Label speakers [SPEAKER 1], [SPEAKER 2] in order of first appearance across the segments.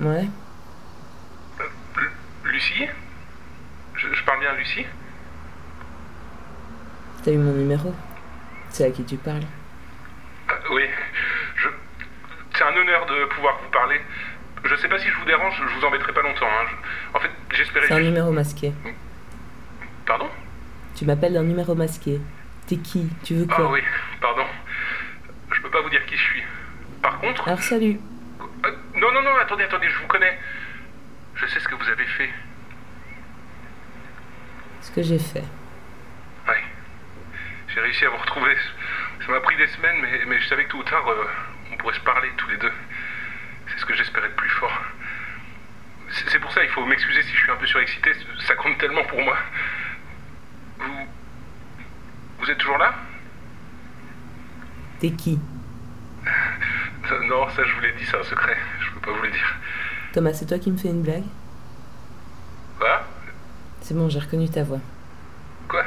[SPEAKER 1] Ouais.
[SPEAKER 2] Euh, Lu- Lucie je, je parle bien à Lucie
[SPEAKER 1] T'as eu mon numéro C'est à qui tu parles
[SPEAKER 2] Euh, Oui. Je... C'est un honneur de pouvoir vous parler. Je sais pas si je vous dérange, je vous embêterai pas longtemps. hein. Je- En fait, j'espérais
[SPEAKER 1] C'est un
[SPEAKER 2] juste-
[SPEAKER 1] numéro masqué.
[SPEAKER 2] Pardon Ah
[SPEAKER 1] Tu m'appelles d'un numéro masqué. T'es qui Tu veux
[SPEAKER 2] Ah
[SPEAKER 1] quoi
[SPEAKER 2] oui, pardon. Je peux pas vous dire qui je suis. Par contre...
[SPEAKER 1] Alors salut.
[SPEAKER 2] Euh, non, non, non, attendez, attendez, je vous connais. Je sais ce que vous avez fait.
[SPEAKER 1] Ce que j'ai fait.
[SPEAKER 2] Ouais. J'ai réussi à vous retrouver. Ça m'a pris des semaines, mais, mais je savais que tôt ou tard, euh, on pourrait se parler tous les deux. C'est ce que j'espérais de plus fort. C'est c'est pour ça, il faut m'excuser si je suis un peu surexcité. Ça compte tellement pour moi. Vous. Vous êtes toujours là
[SPEAKER 1] T'es qui
[SPEAKER 2] Ça- Non, ça je vous l'ai dit, c'est un secret. Je peux pas vous le dire.
[SPEAKER 1] Thomas, c'est toi qui me fais une blague
[SPEAKER 2] Quoi
[SPEAKER 1] C'est bon, j'ai reconnu ta voix.
[SPEAKER 2] Quoi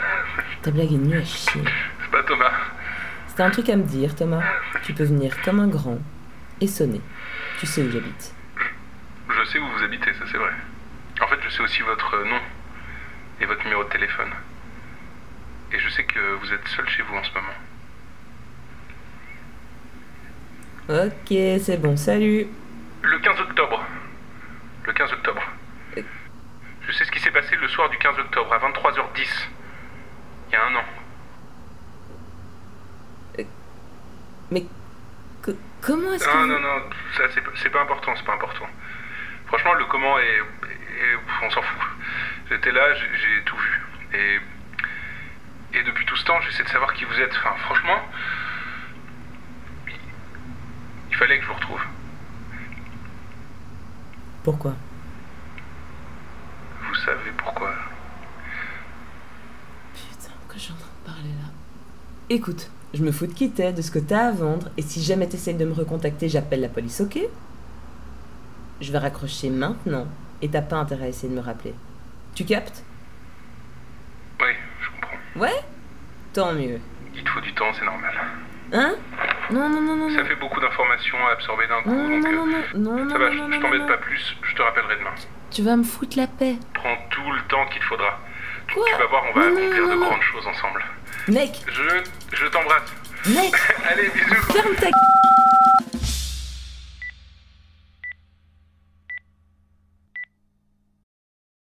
[SPEAKER 1] Ta blague est nulle à chier.
[SPEAKER 2] C'est pas Thomas.
[SPEAKER 1] C'était un truc à me dire, Thomas. Tu peux venir comme un grand et sonner. Tu sais où j'habite.
[SPEAKER 2] Je sais où vous habitez, ça c'est vrai. En fait, je sais aussi votre euh, nom et votre numéro de téléphone. Et je sais que vous êtes seul chez vous en ce moment.
[SPEAKER 1] Ok, c'est bon, salut.
[SPEAKER 2] Le 15 octobre. Le 15 octobre.
[SPEAKER 1] Euh.
[SPEAKER 2] Je sais ce qui s'est passé le soir du 15 octobre à 23h10. Il y a un an.
[SPEAKER 1] Mais co- comment est-ce que...
[SPEAKER 2] Non,
[SPEAKER 1] vous-
[SPEAKER 2] non, non, ça c'est pas- c'est pas important, c'est pas important. Franchement, le comment est. est- pff, on s'en fout. J'étais là, j'ai j'ai tout vu. Et. Et depuis tout ce temps, j'essaie de savoir qui vous êtes. Enfin, franchement. il- Il fallait que je vous retrouve.
[SPEAKER 1] Pourquoi
[SPEAKER 2] Vous savez pourquoi.
[SPEAKER 1] Putain, que je suis en train de parler là. Écoute, je me fous de qui t'es, de ce que t'as à vendre, et si jamais t'essayes de me recontacter, j'appelle la police, ok Je vais raccrocher maintenant, et t'as pas intérêt à essayer de me rappeler. Tu captes
[SPEAKER 2] Oui, je comprends.
[SPEAKER 1] Ouais Tant mieux.
[SPEAKER 2] Il te faut du temps, c'est normal.
[SPEAKER 1] Hein Non, non, non, non, non.
[SPEAKER 2] Ça fait beaucoup d'informations à absorber d'un coup,
[SPEAKER 1] Non, non,
[SPEAKER 2] donc. euh,
[SPEAKER 1] non, non, non, non,
[SPEAKER 2] ça va,
[SPEAKER 1] non,
[SPEAKER 2] je,
[SPEAKER 1] non,
[SPEAKER 2] je
[SPEAKER 1] non,
[SPEAKER 2] t'embête
[SPEAKER 1] non.
[SPEAKER 2] pas plus, je te rappellerai demain.
[SPEAKER 1] Tu vas me foutre la paix.
[SPEAKER 2] Prends tout le temps qu'il te faudra. Tu-
[SPEAKER 1] Quoi
[SPEAKER 2] tu vas voir, on va
[SPEAKER 1] Non, non,
[SPEAKER 2] accomplir
[SPEAKER 1] non,
[SPEAKER 2] de
[SPEAKER 1] non.
[SPEAKER 2] grandes choses ensemble.
[SPEAKER 1] Mec,
[SPEAKER 2] Je, je t'embrasse.
[SPEAKER 1] mec,
[SPEAKER 2] Allez, bisous.
[SPEAKER 1] ferme ta gueule